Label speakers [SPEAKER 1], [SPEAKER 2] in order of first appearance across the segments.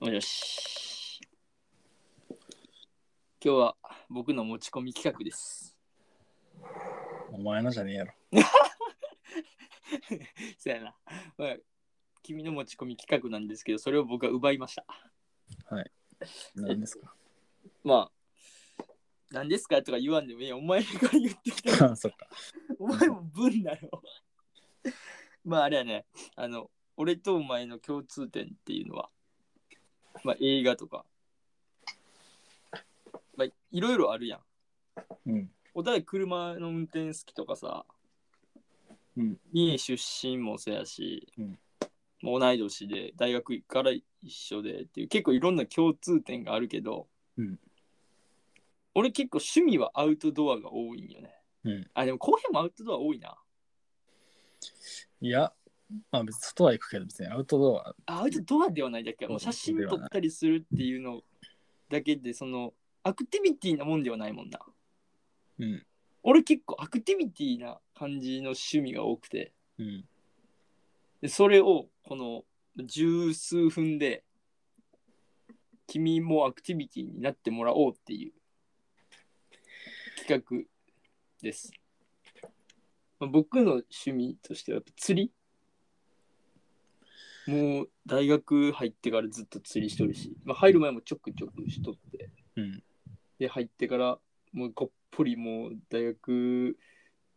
[SPEAKER 1] よし。今日は僕の持ち込み企画です。
[SPEAKER 2] お前のじゃねえや ろ。
[SPEAKER 1] そやな。まあ君の持ち込み企画なんですけど、それを僕は奪いました。
[SPEAKER 2] 何ですか
[SPEAKER 1] まあ、何ですかとか言わんでもいいよ。お前が言ってきた。
[SPEAKER 2] あそっか。
[SPEAKER 1] お前も文だよ。まああれやね、あの、俺とお前の共通点っていうのは、まあ映画とか、まあいろいろあるやん。
[SPEAKER 2] うん。
[SPEAKER 1] お互い車の運転好きとかさ、
[SPEAKER 2] うん
[SPEAKER 1] 三重出身もそうやし、
[SPEAKER 2] うん
[SPEAKER 1] もう同い年で大学から一緒でっていう結構いろんな共通点があるけど、
[SPEAKER 2] うん
[SPEAKER 1] 俺結構趣味はアウトドアが多いんよね、
[SPEAKER 2] うん
[SPEAKER 1] あでも後編もアウトドア多いない
[SPEAKER 2] や、まあ別に外は行くけど、別にアウトドア。
[SPEAKER 1] あアウトドアではないだけどもう写真撮ったりするっていうのだけでそのアクティビティなもんではないもんな
[SPEAKER 2] うん。
[SPEAKER 1] 俺結構アクティビティな感じの趣味が多くて
[SPEAKER 2] うん。
[SPEAKER 1] でそれをこの十数分で君もアクティビティになってもらおうっていう企画です。まあ僕の趣味としてはやっぱ釣りもう大学入ってからずっと釣りしとるし、まあ、入る前もちょくちょくしとって
[SPEAKER 2] うん。
[SPEAKER 1] で入ってからもうごっぽりもう大学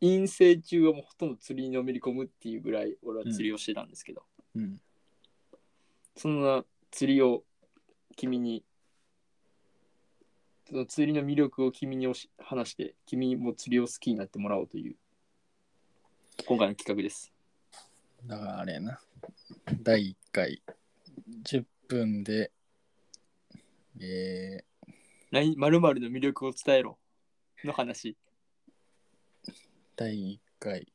[SPEAKER 1] 院生中はもうほとんど釣りにのめり込むっていうぐらい俺は釣りをしてたんですけど、
[SPEAKER 2] うん。
[SPEAKER 1] そんな釣りを君にその釣りの魅力を君におし話して君も釣りを好きになってもらおうという今回の企画です
[SPEAKER 2] だからあれやな。第1回、10分で、え
[SPEAKER 1] まるの魅力を伝えろの話
[SPEAKER 2] ー、第1回、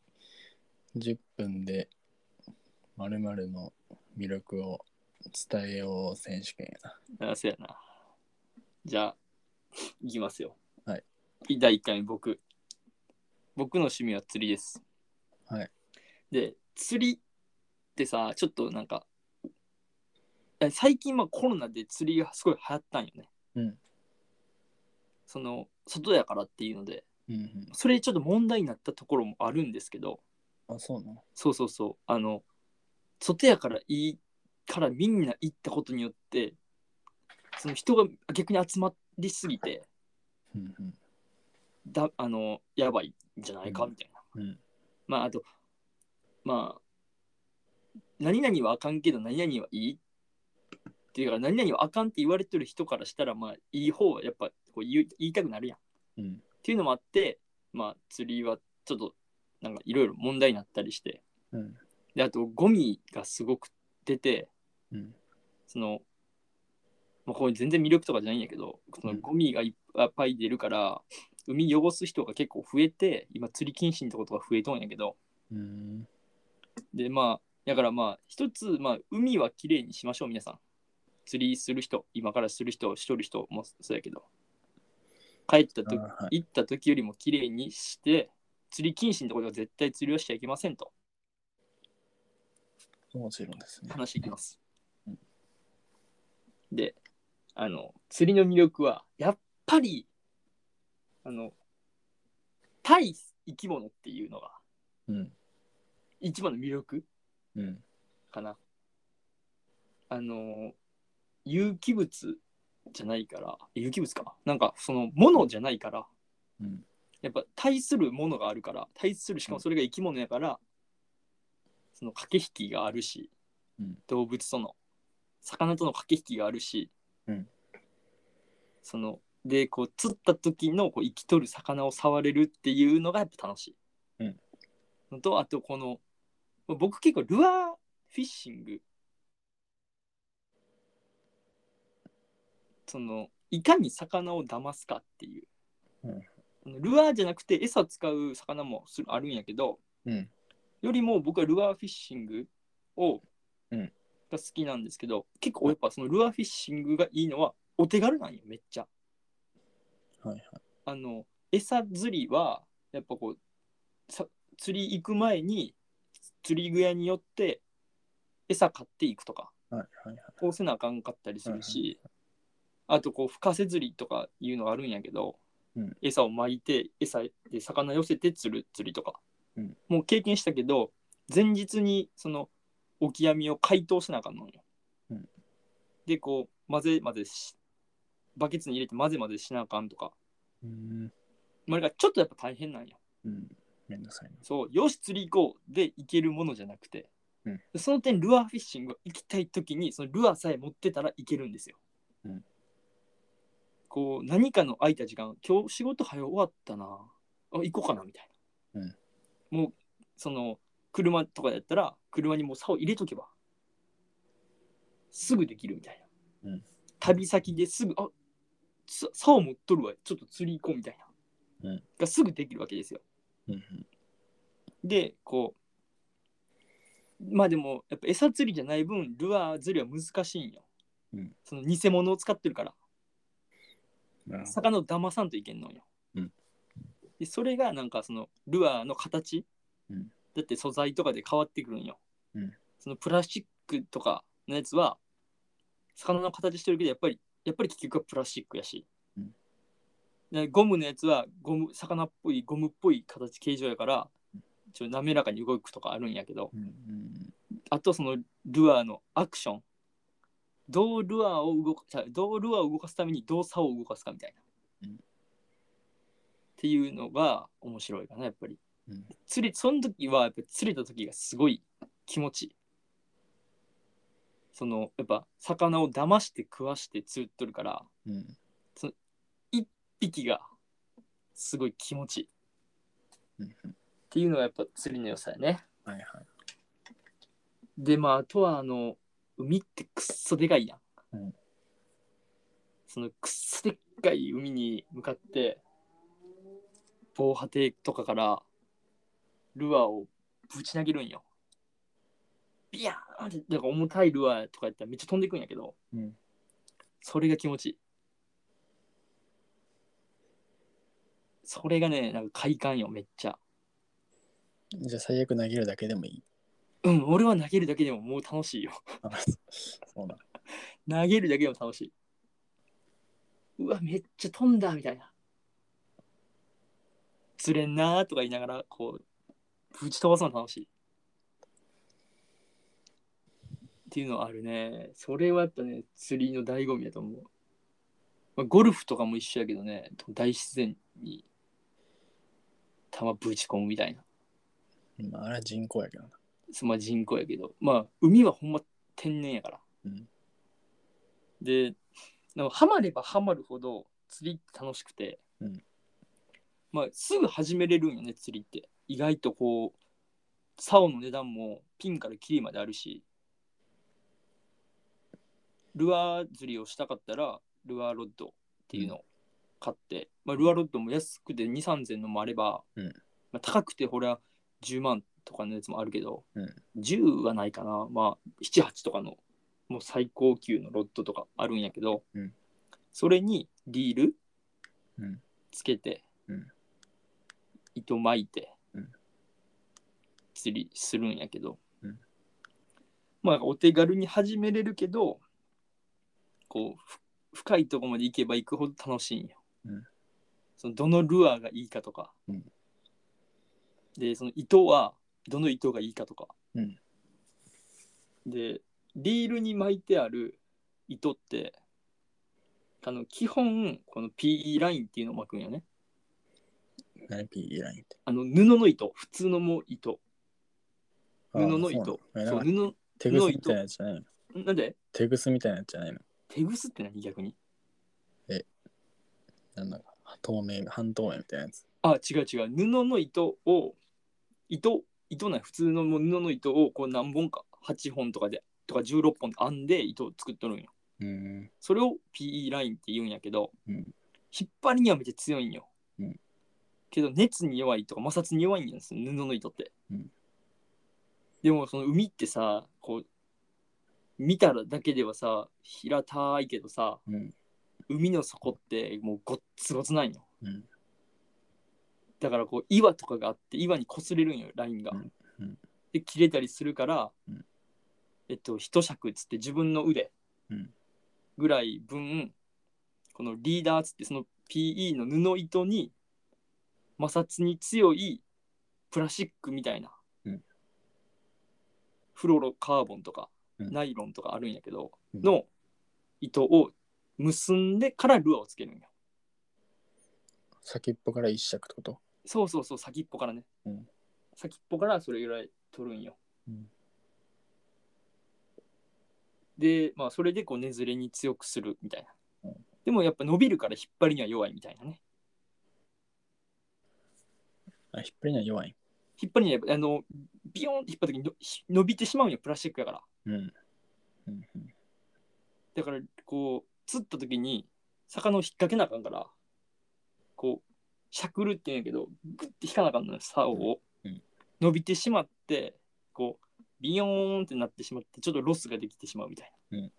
[SPEAKER 2] 10分で、〇〇の魅力を伝えよう選手権やな。
[SPEAKER 1] あそうやなじゃあいきますよ
[SPEAKER 2] はい
[SPEAKER 1] 第1回目僕僕の趣味は釣りです
[SPEAKER 2] はい
[SPEAKER 1] で釣りってさちょっとなんかえ最近まあコロナで釣りがすごい流行ったんよね
[SPEAKER 2] うん
[SPEAKER 1] その外やからっていうので
[SPEAKER 2] うん、
[SPEAKER 1] それちょっと問題になったところもあるんですけど
[SPEAKER 2] うん。あ、そうなの
[SPEAKER 1] そうそうそうあの外やからいいからみんな行ったことによってその人が逆に集まりすぎて
[SPEAKER 2] うんうん。
[SPEAKER 1] だあのやばいんじゃないか
[SPEAKER 2] うん
[SPEAKER 1] みたいな、
[SPEAKER 2] うん。
[SPEAKER 1] まああとまあ何々はあかんけど何々はいいっていうか何々はあかんって言われてる人からしたらまあいい方はやっぱこう言い言いたくなるやん
[SPEAKER 2] うん。
[SPEAKER 1] っていうのもあってまあ釣りはちょっとなんかいろいろ問題になったりして
[SPEAKER 2] うん。
[SPEAKER 1] であとゴミがすごく出て
[SPEAKER 2] うん。
[SPEAKER 1] その、まあ、これ全然魅力とかじゃないんやけど、その
[SPEAKER 2] うん
[SPEAKER 1] ゴミがいっぱい出るから、海汚す人が結構増えて、今釣り禁止のとことが増えとんやけど、
[SPEAKER 2] うん。
[SPEAKER 1] で、まあ、だからまあ、一つ、まあ、海はきれいにしましょう、皆さん。釣りする人、今からする人、しとる人もそうやけど、帰った
[SPEAKER 2] あー
[SPEAKER 1] 時、
[SPEAKER 2] はい。
[SPEAKER 1] 行った時よりもきれいにして、釣り禁止のところは絶対釣りをしちゃいけませんと。
[SPEAKER 2] もちろんですね。
[SPEAKER 1] 話していきます
[SPEAKER 2] うん。
[SPEAKER 1] で、あの、釣りの魅力は、やっぱり、あの、対生き物っていうのが
[SPEAKER 2] うん。
[SPEAKER 1] 一番の魅力
[SPEAKER 2] うん。
[SPEAKER 1] かな。あの、有機物じゃないから、有機物か。なんか、その、ものじゃないから、
[SPEAKER 2] うん
[SPEAKER 1] やっぱ対するものがあるから、対する、しかもそれが生き物やから、その駆け引きがあるし、
[SPEAKER 2] うん
[SPEAKER 1] 動物との、魚との駆け引きがあるし、
[SPEAKER 2] うん
[SPEAKER 1] その、で、こう、釣った時のこう生きとる魚を触れるっていうのがやっぱ楽しい。
[SPEAKER 2] うん
[SPEAKER 1] のと、あと、この、僕結構ルアーフィッシングそのいかに魚を騙すかっていう、
[SPEAKER 2] うん
[SPEAKER 1] あのルアーじゃなくて餌使う魚もするあるんやけど
[SPEAKER 2] うん。
[SPEAKER 1] よりも僕はルアーフィッシングを、
[SPEAKER 2] うん
[SPEAKER 1] が好きなんですけど結構やっぱそのルアーフィッシングがいいのはお手軽なんよめっちゃ
[SPEAKER 2] はいはい。
[SPEAKER 1] あの餌釣りはやっぱこうさ釣り行く前に釣り具屋によって餌買っていくとか
[SPEAKER 2] はいはい
[SPEAKER 1] こうせなあかんかったりするし、あとこう、深せ釣りとかいうのがあるんやけど、
[SPEAKER 2] うん
[SPEAKER 1] 餌を巻いて、餌で魚寄せて釣る釣りとか、
[SPEAKER 2] うん
[SPEAKER 1] もう経験したけど、前日にそのオキアミを解凍せなあかんのよ。
[SPEAKER 2] うん
[SPEAKER 1] で、こう、混ぜ混ぜし、バケツに入れて混ぜ混ぜしなあかんとか、
[SPEAKER 2] うん
[SPEAKER 1] まあ、だからちょっとやっぱ大変なんよ。
[SPEAKER 2] うんめんどくさいな
[SPEAKER 1] そう、よし釣り行こうで行けるものじゃなくて、
[SPEAKER 2] うん
[SPEAKER 1] その点ルアーフィッシングは行きたい時にそのルアーさえ持ってたら行けるんですよ。
[SPEAKER 2] うん
[SPEAKER 1] こう何かの空いた時間今日仕事早終わったなあ行こうかなみたいな。
[SPEAKER 2] うん
[SPEAKER 1] もうその車とかだったら車にもう竿入れとけばすぐできるみたいな。
[SPEAKER 2] うん
[SPEAKER 1] 旅先ですぐあさ竿持っとるわちょっと釣り行こうみたいな、
[SPEAKER 2] うん
[SPEAKER 1] がすぐできるわけですよ。
[SPEAKER 2] うん
[SPEAKER 1] でこうまあでもやっぱ餌釣りじゃない分ルアー釣りは難しいんよ、
[SPEAKER 2] うん
[SPEAKER 1] その偽物を使ってるから
[SPEAKER 2] うんなるほど
[SPEAKER 1] 魚を騙さんといけんのよ、
[SPEAKER 2] うん
[SPEAKER 1] でそれがなんかそのルアーの形、
[SPEAKER 2] うん
[SPEAKER 1] だって素材とかで変わってくるんよ、
[SPEAKER 2] うん
[SPEAKER 1] そのプラスチックとかのやつは魚の形してるけどやっぱりやっぱり結局はプラスチックやし、
[SPEAKER 2] うん
[SPEAKER 1] でゴムのやつはゴム魚っぽいゴムっぽい形形状やからちょっと滑らかに動くとかあるんやけど、
[SPEAKER 2] うんうん
[SPEAKER 1] あとそのルアーのアクション。どうルアーを動かじゃあどうルアーを動かすためにどう竿を動かすかみたいな。
[SPEAKER 2] うん
[SPEAKER 1] っていうのが面白いかな、やっぱり。
[SPEAKER 2] うん
[SPEAKER 1] 釣れその時はやっぱ釣れた時がすごい気持ちいい。そのやっぱ魚を騙して食わして釣っとるから
[SPEAKER 2] うん
[SPEAKER 1] 一匹がすごい気持ちいい。
[SPEAKER 2] うんうん
[SPEAKER 1] っていうのがやっぱ釣りの良さやね。
[SPEAKER 2] はいはい
[SPEAKER 1] でまああとはあの海ってくっそでかいやん、
[SPEAKER 2] うん
[SPEAKER 1] そのくっそでっかい海に向かって防波堤とかからルアーをぶち投げるんよビヤーンってだから重たいルアーとかやったらめっちゃ飛んでいくんやけど
[SPEAKER 2] うん
[SPEAKER 1] それが気持ちいいそれがねなんか快感よめっちゃ
[SPEAKER 2] じゃあ最悪投げるだけでもいい
[SPEAKER 1] うん俺は投げるだけでももう楽しいよ
[SPEAKER 2] あそうそうだ
[SPEAKER 1] 投げるだけでも楽しい。うわ、めっちゃ飛んだみたいな。釣れんなーとか言いながら、こう、ぶち飛ばすの楽しい。っていうのはあるね。それはやっぱね、釣りの醍醐味だと思う。まあ、ゴルフとかも一緒やけどね、大自然に球ぶち込むみたいな。
[SPEAKER 2] まああれは人工やけどな
[SPEAKER 1] そまあ人工やけどまあ海はほんま天然やから、
[SPEAKER 2] うん
[SPEAKER 1] ででもハマればハマるほど釣りって楽しくて、
[SPEAKER 2] うん
[SPEAKER 1] まあすぐ始めれるんよね釣りって意外とこう竿の値段もピンからキリまであるしルアー釣りをしたかったらルアーロッドっていうのを買って、まあ、ルアーロッドも安くて2 3 0 0 0のもあれば、
[SPEAKER 2] うん
[SPEAKER 1] まあ、高くてほら10万とかのやつもあるけど、
[SPEAKER 2] うん
[SPEAKER 1] 10はないかなまあ78とかのもう最高級のロッドとかあるんやけど、
[SPEAKER 2] うん
[SPEAKER 1] それにリール
[SPEAKER 2] うん
[SPEAKER 1] つけて、
[SPEAKER 2] うん
[SPEAKER 1] 糸巻いて、
[SPEAKER 2] うん
[SPEAKER 1] 釣りするんやけど、
[SPEAKER 2] うん
[SPEAKER 1] まあお手軽に始めれるけどこうふ深いとこまで行けば行くほど楽しいんよ。
[SPEAKER 2] うん
[SPEAKER 1] そのどのルアーがいいかとか、
[SPEAKER 2] うん
[SPEAKER 1] でその糸はどの糸がいいかとか、
[SPEAKER 2] うん
[SPEAKER 1] でリールに巻いてある糸ってあの基本この PE ラインっていうのを巻くんよね
[SPEAKER 2] 何 PE ラインって
[SPEAKER 1] あの布の糸普通のもう糸
[SPEAKER 2] あ
[SPEAKER 1] 布の糸
[SPEAKER 2] そうな
[SPEAKER 1] そう
[SPEAKER 2] のえなんか
[SPEAKER 1] 布
[SPEAKER 2] 手ぐすみたいなやつじゃないの
[SPEAKER 1] なんで
[SPEAKER 2] 手ぐすみたいなやつじゃないの
[SPEAKER 1] 手ぐすって何逆に
[SPEAKER 2] なんだか透明半透明みたいなやつ
[SPEAKER 1] あ違う違う布の糸を糸糸ない普通のもう布の糸をこう何本か8本とかでとか16本で編んで糸を作っとるんよ
[SPEAKER 2] うん
[SPEAKER 1] それを PE ラインって言うんやけど、
[SPEAKER 2] うん
[SPEAKER 1] 引っ張りにはめっちゃ強いんよ、
[SPEAKER 2] うん
[SPEAKER 1] けど熱に弱いとか摩擦に弱いんです布の糸って、
[SPEAKER 2] うん
[SPEAKER 1] でもその海ってさこう見たらだけではさ平たいけどさ
[SPEAKER 2] うん
[SPEAKER 1] 海の底ってもうごっつごつないの
[SPEAKER 2] うん
[SPEAKER 1] だからこう岩とかがあって岩に擦れるんよラインが、
[SPEAKER 2] うんうん
[SPEAKER 1] で切れたりするから、
[SPEAKER 2] うん
[SPEAKER 1] えっと一尺っつって自分の腕
[SPEAKER 2] うん
[SPEAKER 1] ぐらい分、このリーダーっつってその PE の布糸に摩擦に強いプラスチックみたいな、
[SPEAKER 2] うん
[SPEAKER 1] フロロカーボンとか、
[SPEAKER 2] うん
[SPEAKER 1] ナイロンとかあるんやけど、
[SPEAKER 2] うん
[SPEAKER 1] の糸を結んでからルアーをつけるんや
[SPEAKER 2] 先っぽから一尺ってこと
[SPEAKER 1] そうそうそう先っぽからね、
[SPEAKER 2] うん
[SPEAKER 1] 先っぽからそれぐらい取るんよ、
[SPEAKER 2] うん
[SPEAKER 1] でまあそれでこうねずれに強くするみたいな、
[SPEAKER 2] うん
[SPEAKER 1] でもやっぱ伸びるから引っ張りには弱いみたいなね
[SPEAKER 2] あ、引っ張りには弱い。
[SPEAKER 1] 引っ張りにはやっぱあのビヨーンって引っ張る時にのひ伸びてしまうんよプラスチックやから
[SPEAKER 2] うん。うんうん、
[SPEAKER 1] だからこう釣った時に魚を引っ掛けなあかんからこうしゃくるって言うんやけどグッて引かなあかんのよ竿を、
[SPEAKER 2] うん
[SPEAKER 1] 伸びてしまってこうビヨーンってなってしまってちょっとロスができてしまうみたいな、
[SPEAKER 2] うん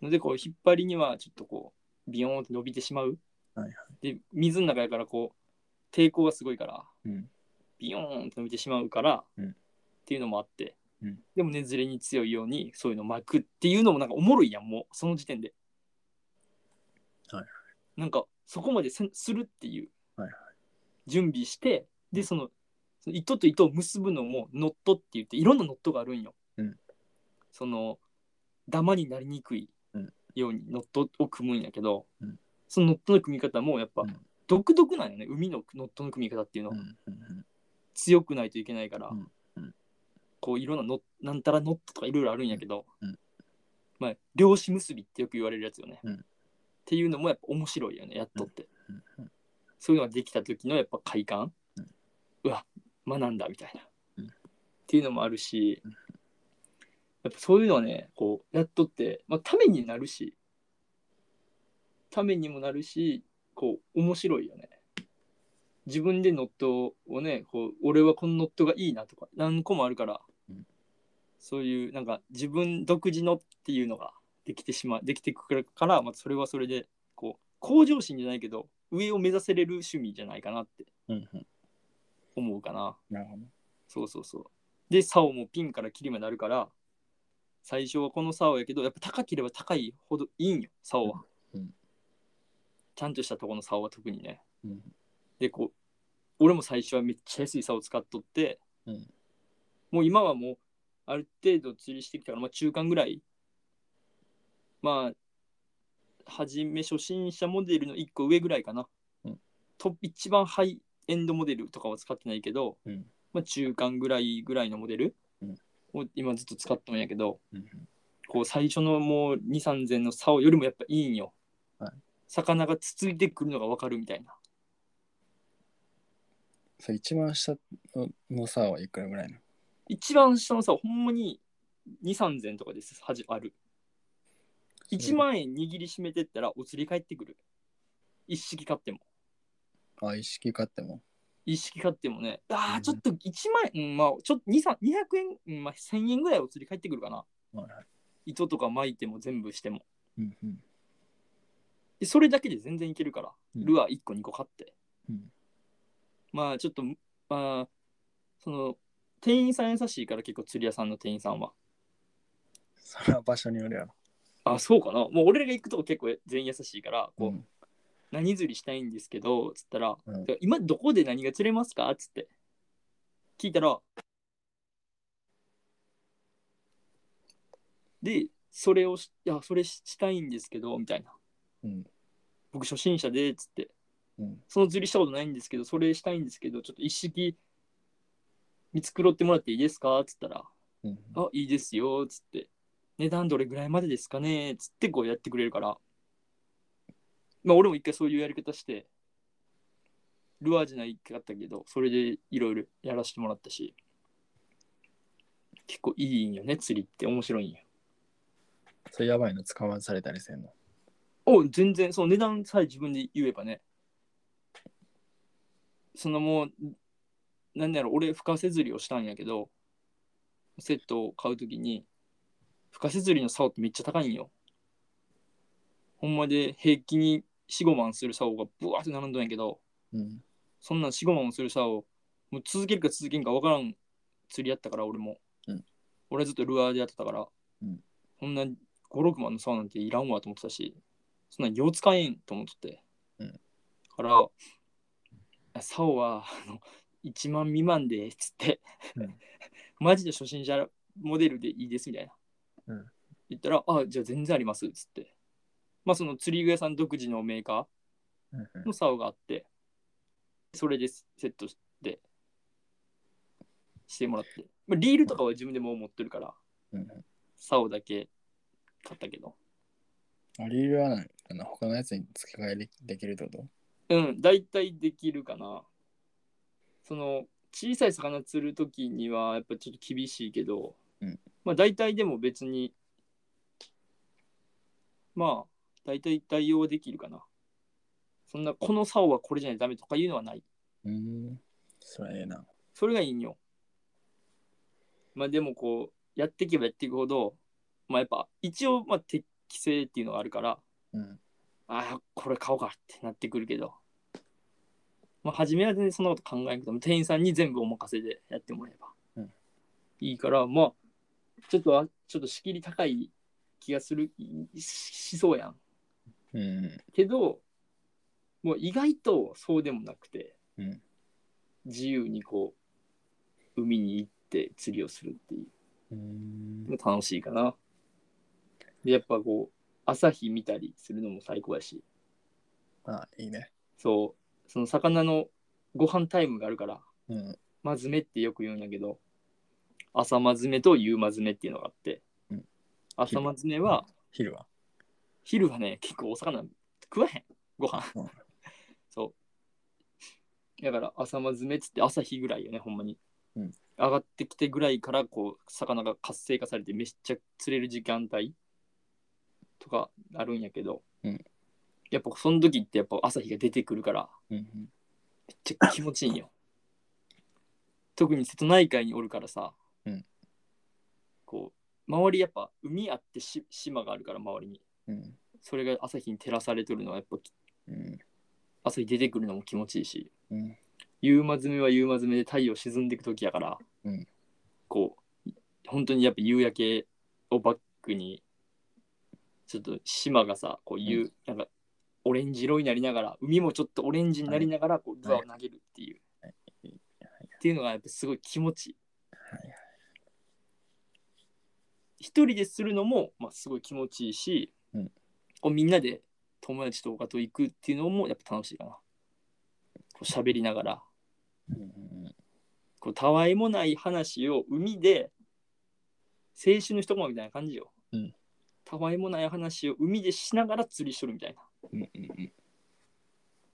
[SPEAKER 1] のでこう引っ張りにはちょっとこうビヨーンって伸びてしまう、
[SPEAKER 2] はいは
[SPEAKER 1] で水の中やからこう抵抗がすごいから
[SPEAKER 2] うん。
[SPEAKER 1] ビヨーンって伸びてしまうから、
[SPEAKER 2] うん
[SPEAKER 1] っていうのもあって、
[SPEAKER 2] うん
[SPEAKER 1] でもねずれに強いようにそういうの巻くっていうのもなんかおもろいやんもうその時点で
[SPEAKER 2] はいは
[SPEAKER 1] なんかそこまでせんするっていう、
[SPEAKER 2] はいは
[SPEAKER 1] 準備して
[SPEAKER 2] う
[SPEAKER 1] で
[SPEAKER 2] ん
[SPEAKER 1] そのその糸と糸を結ぶのもノットって言っていろんなノットがあるんよ、
[SPEAKER 2] うん
[SPEAKER 1] そのダマになりにくい
[SPEAKER 2] うん
[SPEAKER 1] ようにノットを組むんやけど、
[SPEAKER 2] うん
[SPEAKER 1] そのノットの組み方もやっぱ
[SPEAKER 2] うん
[SPEAKER 1] 独特なんよね海のノットの組み方っていうのは
[SPEAKER 2] う、んうん
[SPEAKER 1] 強くないといけないから、
[SPEAKER 2] うんうん
[SPEAKER 1] こういろんなのなんたらノットとかいろいろあるんやけど、
[SPEAKER 2] うんうん
[SPEAKER 1] まあ漁師結びってよく言われるやつよね、
[SPEAKER 2] うん
[SPEAKER 1] っていうのもやっぱ面白いよねやっとって、
[SPEAKER 2] うんうん
[SPEAKER 1] そういうのができた時のやっぱ快感、
[SPEAKER 2] う
[SPEAKER 1] うんわ学んだみたいな、
[SPEAKER 2] うん
[SPEAKER 1] っていうのもあるし
[SPEAKER 2] うん
[SPEAKER 1] やっぱそういうのはねこうやっとって、まあ、ためになるしためにもなるしこう面白いよね自分でノットをねこう俺はこのノットがいいなとか何個もあるから、
[SPEAKER 2] うん
[SPEAKER 1] そういうなんか自分独自のっていうのができてしまうできてくるから、まあ、それはそれでこう向上心じゃないけど上を目指せれる趣味じゃないかなって
[SPEAKER 2] うんうん。
[SPEAKER 1] 思うかな
[SPEAKER 2] なるほど。
[SPEAKER 1] そうそうそうで竿もピンから切りまであるから最初はこの竿やけどやっぱ高ければ高いほどいいんよ竿は、
[SPEAKER 2] うんうん
[SPEAKER 1] ちゃんとしたとこの竿は特にね、
[SPEAKER 2] うん
[SPEAKER 1] でこう俺も最初はめっちゃ安い竿を使っとって、
[SPEAKER 2] うん
[SPEAKER 1] もう今はもうある程度釣りしてきたから、まあ、中間ぐらいまあ初め初心者モデルの1個上ぐらいかな、
[SPEAKER 2] うん
[SPEAKER 1] と一番ハイエンドモデルとかは使ってないけど、
[SPEAKER 2] うん
[SPEAKER 1] まあ、中間ぐらいぐらいのモデル
[SPEAKER 2] うん
[SPEAKER 1] を今ずっと使っとんやけど、
[SPEAKER 2] うん
[SPEAKER 1] こう最初のもう2 3 0の竿よりもやっぱいいんよ、
[SPEAKER 2] はい
[SPEAKER 1] 魚がつついてくるのが分かるみたいな
[SPEAKER 2] それ一番下の差はいくらぐらいの
[SPEAKER 1] 一番下の竿ほんまに2 3 0とかですはじある1万円握りしめてったらお釣り返ってくる一式買っても
[SPEAKER 2] あ、意識買っても。
[SPEAKER 1] 一式買ってもねあ
[SPEAKER 2] う
[SPEAKER 1] ー
[SPEAKER 2] ん
[SPEAKER 1] ちょっと1万円、うん、まあちょっと2 3 200円、うんまあ、1000円ぐらいお釣り返ってくるかな
[SPEAKER 2] はいはい。
[SPEAKER 1] 糸とか巻いても全部しても
[SPEAKER 2] うんうん。
[SPEAKER 1] でそれだけで全然いけるから、
[SPEAKER 2] うん
[SPEAKER 1] ルアー1個2個買って、
[SPEAKER 2] うん
[SPEAKER 1] まあちょっとまあその店員さん優しいから結構釣り屋さんの店員さんは
[SPEAKER 2] それは場所によるやろ。
[SPEAKER 1] あそうかなもう俺が行くとこ結構全員優しいからこう、
[SPEAKER 2] うん
[SPEAKER 1] 何釣りしたいんですけどつったら、
[SPEAKER 2] うん
[SPEAKER 1] 今どこで何が釣れますかつって聞いたらでそれをしいやそれししたいんですけどみたいな、
[SPEAKER 2] うん
[SPEAKER 1] 僕初心者でつって
[SPEAKER 2] うん。
[SPEAKER 1] その釣りしたことないんですけど、それしたいんですけど、ちょっと一式見繕ってもらっていいですかっつったら、
[SPEAKER 2] うん
[SPEAKER 1] あ、いいですよ、つって。値段どれぐらいまでですかねつってこうやってくれるから。まあ俺も一回そういうやり方して、ルアーじゃないかったけど、それでいろいろやらせてもらったし、結構いいんよね、釣りって面白いんよ。
[SPEAKER 2] それやばいの捕まされたりせんの。
[SPEAKER 1] お全然その値段さえ自分で言えばねそのもう何だろう俺深瀬釣りをしたんやけどセットを買うときに深瀬釣りの竿ってめっちゃ高いんよほんまで平気に45万する竿がブワーって並んどんやけど
[SPEAKER 2] うん。
[SPEAKER 1] そんなん45万もする竿もう続けるか続けんか分からん釣りやったから俺も、
[SPEAKER 2] うん
[SPEAKER 1] 俺はずっとルアーでやってたから、
[SPEAKER 2] うん
[SPEAKER 1] そんな56万の竿なんていらんわと思ってたしそんなんよう使えんと思ってて、
[SPEAKER 2] うん
[SPEAKER 1] だから竿はあの1万未満でっつって、
[SPEAKER 2] うん
[SPEAKER 1] マジで初心者モデルでいいですみたいな、
[SPEAKER 2] うん
[SPEAKER 1] 言ったら「あじゃあ全然あります」っつってまあその釣り具屋さん独自のメーカ
[SPEAKER 2] うん
[SPEAKER 1] ーの竿があってそれでセットしてしてもらって、まあ、リールとかは自分でもう持ってるから
[SPEAKER 2] うん
[SPEAKER 1] 竿だけ買ったけど
[SPEAKER 2] うん。あリールはないかな他のやつに付け替えでできるってこと
[SPEAKER 1] うん、大体できるかな。その小さい魚釣るときにはやっぱちょっと厳しいけど、
[SPEAKER 2] うん
[SPEAKER 1] まあ大体でも別にまあ大体対応できるかな。そんなこの竿はこれじゃないとダメとかいうのはない。
[SPEAKER 2] うーん。それはええな。
[SPEAKER 1] それがいいんよ。まあでもこうやっていけばやっていくほどまあやっぱ一応まあ適性っていうのがあるから、
[SPEAKER 2] うん。
[SPEAKER 1] ああ、これ買おうかってなってくるけど、まあ、初めは全然そんなこと考えなくても、店員さんに全部お任せでやってもらえば、
[SPEAKER 2] うん
[SPEAKER 1] いいから、まあ、ちょっとあ、ちょっと仕切り高い気がする、いししそうやん。
[SPEAKER 2] うん。
[SPEAKER 1] けど、もう意外とそうでもなくて、
[SPEAKER 2] うん
[SPEAKER 1] 自由にこう、海に行って釣りをするっていう
[SPEAKER 2] うーん
[SPEAKER 1] の。が楽しいかな。で、やっぱこう、朝日見たりするのも最高やし、
[SPEAKER 2] あ、いいね。
[SPEAKER 1] そう、その魚のご飯タイムがあるから、
[SPEAKER 2] うん。
[SPEAKER 1] まずめってよく言うんやけど、朝まずめと夕まずめっていうのがあって
[SPEAKER 2] うん、
[SPEAKER 1] 朝まずめは、
[SPEAKER 2] 昼は。
[SPEAKER 1] 昼はね、結構お魚食わへん、ご飯
[SPEAKER 2] うん。
[SPEAKER 1] そう。だから朝まずめっつって朝日ぐらいよね、ほんまに。
[SPEAKER 2] うん
[SPEAKER 1] 上がってきてぐらいから、こう、魚が活性化されてめっちゃ釣れる時間帯とかあるんやけど、
[SPEAKER 2] うん
[SPEAKER 1] やっぱその時ってやっぱ朝日が出てくるから、
[SPEAKER 2] うん。
[SPEAKER 1] めっちゃ気持ちいいんよ。特に瀬戸内海におるからさ、
[SPEAKER 2] うん
[SPEAKER 1] こう周りやっぱ海あってし島があるから周りに
[SPEAKER 2] うん。
[SPEAKER 1] それが朝日に照らされとるのはやっぱき
[SPEAKER 2] うん。
[SPEAKER 1] 朝日出てくるのも気持ちいいし
[SPEAKER 2] うん。
[SPEAKER 1] 夕まずめは夕まずめで太陽沈んでいく時やから、
[SPEAKER 2] うん
[SPEAKER 1] こう本当にやっぱ夕焼けをバックにちょっと島がさこういう、なんかオレンジ色になりながら海もちょっとオレンジになりながらこうルアーを投げるっていう、
[SPEAKER 2] はいはい
[SPEAKER 1] っていうのがやっぱすごい気持ちいい
[SPEAKER 2] はいはい。
[SPEAKER 1] 一人でするのも、まあ、すごい気持ちいいし、
[SPEAKER 2] うん
[SPEAKER 1] こうみんなで友達とかと行くっていうのもやっぱ楽しいかな。こう喋りながら
[SPEAKER 2] うんうん
[SPEAKER 1] こうたわいもない話を海で青春の一コマみたいな感じよ。
[SPEAKER 2] うん
[SPEAKER 1] たわいもない話を海でしながら釣りしとるみたいな。っ
[SPEAKER 2] うん。うんうん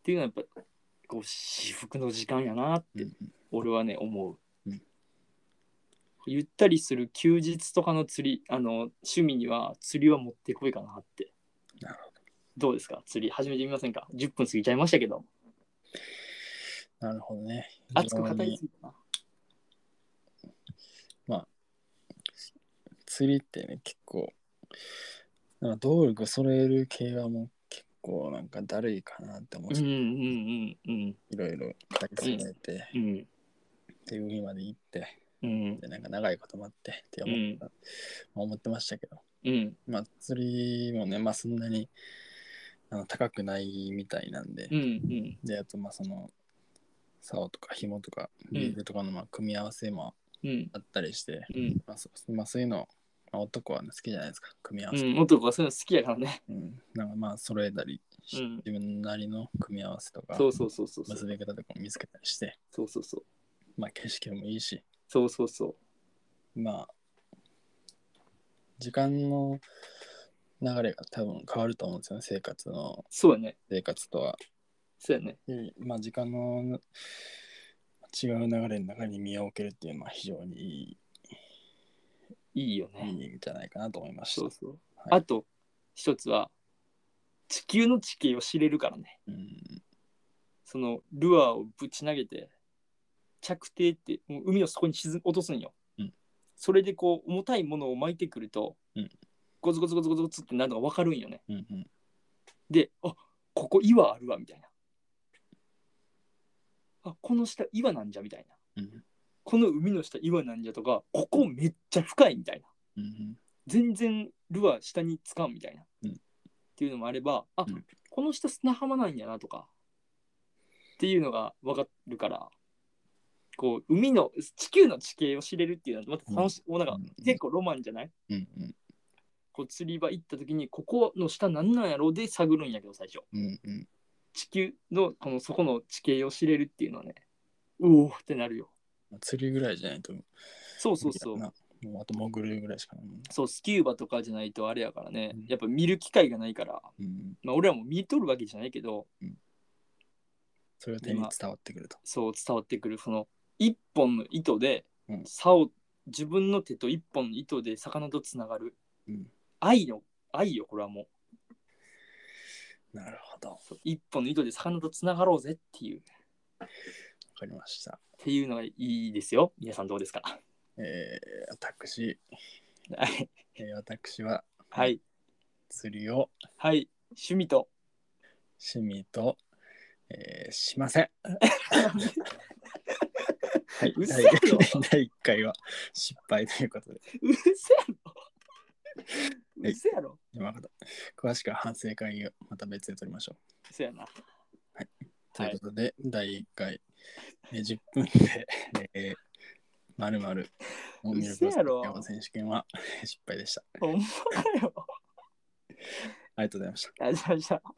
[SPEAKER 1] ていうのはやっぱこう至福の時間やなっ
[SPEAKER 2] うん。う
[SPEAKER 1] て
[SPEAKER 2] ん
[SPEAKER 1] 俺はね思う、
[SPEAKER 2] うん
[SPEAKER 1] ゆったりする休日とかの釣りあの趣味には釣りは持ってこいかなって
[SPEAKER 2] なる
[SPEAKER 1] どうですか釣り始めてみませんか10分過ぎちゃいましたけど
[SPEAKER 2] なるほどね。
[SPEAKER 1] 熱く語りすぎたな
[SPEAKER 2] 釣りってね結構なんか動力それる系はもう結構なんかだるいかなって思っ
[SPEAKER 1] うん
[SPEAKER 2] て、
[SPEAKER 1] うんうんうん
[SPEAKER 2] いろいろ買い進めて、
[SPEAKER 1] うん
[SPEAKER 2] で海まで行って
[SPEAKER 1] うん
[SPEAKER 2] でなんか長いこと待ってって思った、まあ思ってましたけど
[SPEAKER 1] うん
[SPEAKER 2] まあ釣りもねまあそんなにあの高くないみたいなんで、
[SPEAKER 1] うんうん
[SPEAKER 2] であとまあその竿とか紐とかリールとかのまあ組み合わせも
[SPEAKER 1] うん
[SPEAKER 2] あったりして、
[SPEAKER 1] うん
[SPEAKER 2] まあそまあ、そういうの、まあ、男はね好きじゃないですか組み合わ
[SPEAKER 1] う
[SPEAKER 2] せ
[SPEAKER 1] ん、男はそういうの好きやからね。
[SPEAKER 2] うん、なんかまあ揃えたりし、
[SPEAKER 1] うん
[SPEAKER 2] 自分なりの組み合わせとか
[SPEAKER 1] そうそうそうそう。
[SPEAKER 2] 結び方とかも見つけたりして、
[SPEAKER 1] そうそうそう。
[SPEAKER 2] まあ景色もいいし、
[SPEAKER 1] そうそうそう。
[SPEAKER 2] まあ時間の流れが多分変わると思うんですよね、生活の
[SPEAKER 1] そうやね。
[SPEAKER 2] 生活とは。
[SPEAKER 1] そうやね。
[SPEAKER 2] まあ時間の違う流れの中に身を置けるっていうのは非常にい
[SPEAKER 1] いいよね。
[SPEAKER 2] い,、いいんじゃないかなと思いまし
[SPEAKER 1] そう
[SPEAKER 2] た。
[SPEAKER 1] そう。
[SPEAKER 2] はい
[SPEAKER 1] あと一つは地球の地形を知れるからね。
[SPEAKER 2] うん、
[SPEAKER 1] そのルアーをぶち投げて着底ってもう海の底に沈落とすんよ。
[SPEAKER 2] うん
[SPEAKER 1] それでこう重たいものを巻いてくると、
[SPEAKER 2] うん
[SPEAKER 1] ゴツゴツゴツゴツゴツってなるのが分かるんよね。
[SPEAKER 2] うん、うん。
[SPEAKER 1] で、あここ岩あるわみたいな。あこの下岩なんじゃみたいな。
[SPEAKER 2] うん
[SPEAKER 1] この海の下岩なんじゃとかここめっちゃ深いみたいな
[SPEAKER 2] うん
[SPEAKER 1] 全然ルアー下につかんみたいな、
[SPEAKER 2] うん
[SPEAKER 1] っていうのもあればあ、
[SPEAKER 2] うん
[SPEAKER 1] この下砂浜なんやなとかっていうのが分かるからこう海の地球の地形を知れるっていうのはまた楽しい、もうなんか
[SPEAKER 2] うん
[SPEAKER 1] 結構ロマンじゃない
[SPEAKER 2] うんうん
[SPEAKER 1] こう釣り場行った時にここの下なんなんやろうで探るんやけど最初
[SPEAKER 2] うんうん
[SPEAKER 1] 地球のこのそこの地形を知れるっていうのはねうおーってなるよ
[SPEAKER 2] 釣りぐらいじゃないと
[SPEAKER 1] そうそうそう
[SPEAKER 2] 無理やなもうあと潜るぐらいしかないもんな
[SPEAKER 1] そうスキューバとかじゃないとあれやからね、
[SPEAKER 2] うん
[SPEAKER 1] やっぱ見る機会がないから
[SPEAKER 2] うん
[SPEAKER 1] まあ俺らも見とるわけじゃないけど
[SPEAKER 2] それが手に伝わってくると
[SPEAKER 1] そう伝わってくるその一本の糸で
[SPEAKER 2] うん
[SPEAKER 1] 竿、自分の手と一本の糸で魚とつながる、
[SPEAKER 2] うん
[SPEAKER 1] 愛の愛よこれはもう
[SPEAKER 2] なるほどわ
[SPEAKER 1] そう一本の糸で魚とつながろうぜっていうっ
[SPEAKER 2] かりました
[SPEAKER 1] ていうのがいいですよ皆さんどうですか
[SPEAKER 2] えー、私、
[SPEAKER 1] はい
[SPEAKER 2] えー私は
[SPEAKER 1] はい、
[SPEAKER 2] 釣りを
[SPEAKER 1] はい、趣味と
[SPEAKER 2] 趣味と、えーしま せん。はい、
[SPEAKER 1] 嘘
[SPEAKER 2] 第
[SPEAKER 1] やろ
[SPEAKER 2] 1回は失敗ということで、
[SPEAKER 1] うせやろ
[SPEAKER 2] はいう
[SPEAKER 1] せやろ
[SPEAKER 2] 今から詳しくは反省会をまた別で取りましょう。
[SPEAKER 1] うせやな
[SPEAKER 2] と
[SPEAKER 1] はいいう
[SPEAKER 2] ことで、第1回、えー10分で、えー、まるまる
[SPEAKER 1] うそやろ
[SPEAKER 2] 選手権はえー失敗でした。
[SPEAKER 1] ほんまかよ
[SPEAKER 2] ありがとうございまし た。
[SPEAKER 1] あじゃあじゃあ